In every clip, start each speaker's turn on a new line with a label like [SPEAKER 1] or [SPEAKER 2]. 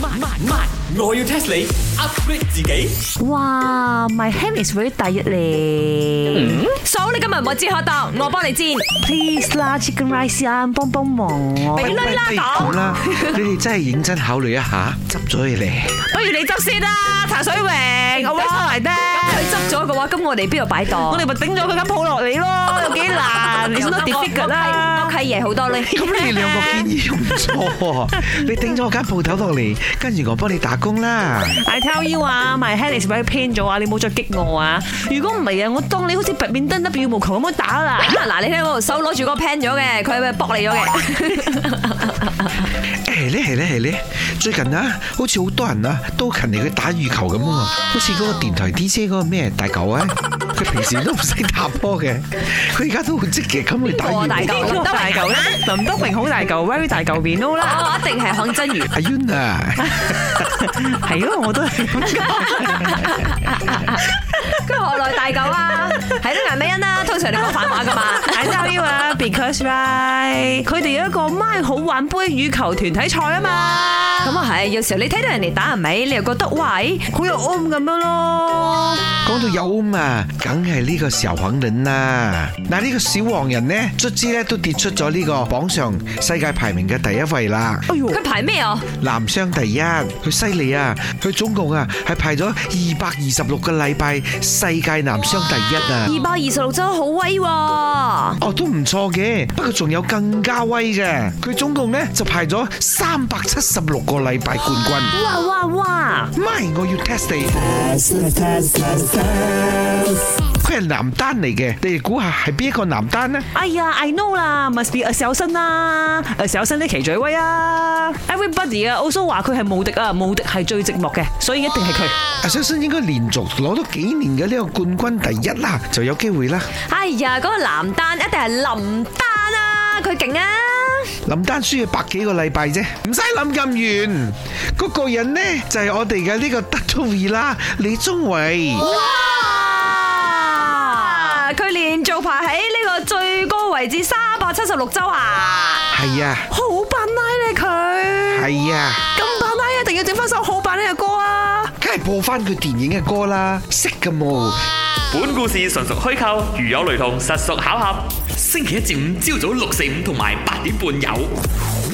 [SPEAKER 1] 慢慢，我要 test 你 upgrade 自己。
[SPEAKER 2] 哇，my hand is very 第一咧
[SPEAKER 3] 嫂，你今日唔好煎可當，我幫你煎。
[SPEAKER 2] ，please 啦，chicken rice 啊，幫幫忙我。
[SPEAKER 3] 俾女啦
[SPEAKER 4] 不如
[SPEAKER 3] 講
[SPEAKER 4] 咁啦，你哋真係認真考慮一下，執咗佢嚟。
[SPEAKER 3] 不如你執先啦，茶水榮，我 w a i 佢執咗嘅話，咁我哋邊度擺檔？啊
[SPEAKER 2] 我哋咪頂咗佢間鋪落嚟咯， 有幾難？你都 d i f i c u 啦
[SPEAKER 3] 我。契爺好多 咧。
[SPEAKER 4] 咁你哋兩個建議又唔 錯喎，你頂咗我間鋪頭落嚟，跟住我幫你打工啦。
[SPEAKER 2] I tell you 啊，my hand is very pain 咗啊，你冇再激我啊！如果唔係啊，我當你好似白面燈得羽毛球咁樣打啊啦。
[SPEAKER 3] 啊嗱，你睇我手攞住個 pen 咗嘅，佢係咪搏你 咗嘅？
[SPEAKER 4] 誒咧係咧係咧，最近啊，好似好多人啊都勤力去打羽球咁喎，好似嗰個電台 DJ 嗰個咩大狗啊，佢平時都唔識打波嘅，佢而家都好積極咁去打
[SPEAKER 3] 邊個啊大
[SPEAKER 4] 羽
[SPEAKER 3] 狗
[SPEAKER 4] 球。
[SPEAKER 2] 邊個大嚿咧？林德榮好大嚿，very 大嚿 v i n o 啦，
[SPEAKER 3] 哦我一定係講真如。
[SPEAKER 4] 阿 Yun 啊，
[SPEAKER 2] 係咯，我都係咁
[SPEAKER 3] 跟住何來大狗啊？ 係咯，顏美欣啦，通常你講反話噶 嘛。
[SPEAKER 2] I tell you 啊，because right，佢哋有一個 My 好玩杯羽球團體賽啊嘛，
[SPEAKER 3] 咁啊係，有時候你睇到人哋打係咪，你又覺得喂，
[SPEAKER 2] 好有 om 咁樣咯。
[SPEAKER 4] 講到有嘛，梗係呢個小黃人啦。嗱，呢個小黃人呢，卒之咧都跌出咗呢個榜上世界排名嘅第一位啦。
[SPEAKER 2] 哎呦，
[SPEAKER 3] 佢排咩啊？
[SPEAKER 4] 男雙第一，佢犀利啊！佢總共啊係排咗二百二十六個禮拜世界男雙第一啊！
[SPEAKER 3] 二百二十六周好威喎！
[SPEAKER 4] 哦，都唔錯嘅，不過仲有更加威嘅，佢總共呢就排咗三百七十六個禮拜冠軍。
[SPEAKER 2] 哇哇哇！
[SPEAKER 4] 咪，我要 test 你，佢係男單嚟嘅，你哋估下係邊一個男單呢？
[SPEAKER 2] 哎呀，I know 啦，must be 小新啦，小新呢奇嘴威啊，everybody 啊，also 話佢係無敵啊，無敵係最寂寞嘅，所以一定係佢。
[SPEAKER 4] 阿相信應該連續攞到幾年嘅呢個冠軍第一啦，就有機會啦。
[SPEAKER 3] 哎呀，嗰、個男單一定係林丹啊，佢勁啊！
[SPEAKER 4] 林丹輸咗百幾個禮拜啫，唔使諗咁遠。嗰、個人呢，就係、我哋嘅呢個德托爾啦，李宗偉。
[SPEAKER 3] 哇！佢連續排喺呢個最高位置三百七十六周啊！
[SPEAKER 4] 係啊，
[SPEAKER 2] 好扮奶咧佢，
[SPEAKER 4] 係啊，
[SPEAKER 2] 咁扮奶一定要整翻首好扮奶嘅歌啊！
[SPEAKER 4] 梗係播翻佢電影嘅歌啦，識㗎冇。
[SPEAKER 1] 本故事純屬虛構，如有雷同，實屬巧合。星期一至五朝早六四五同埋八點半有。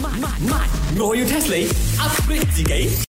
[SPEAKER 1] 慢慢慢，我要 test 你 upgrade 自己。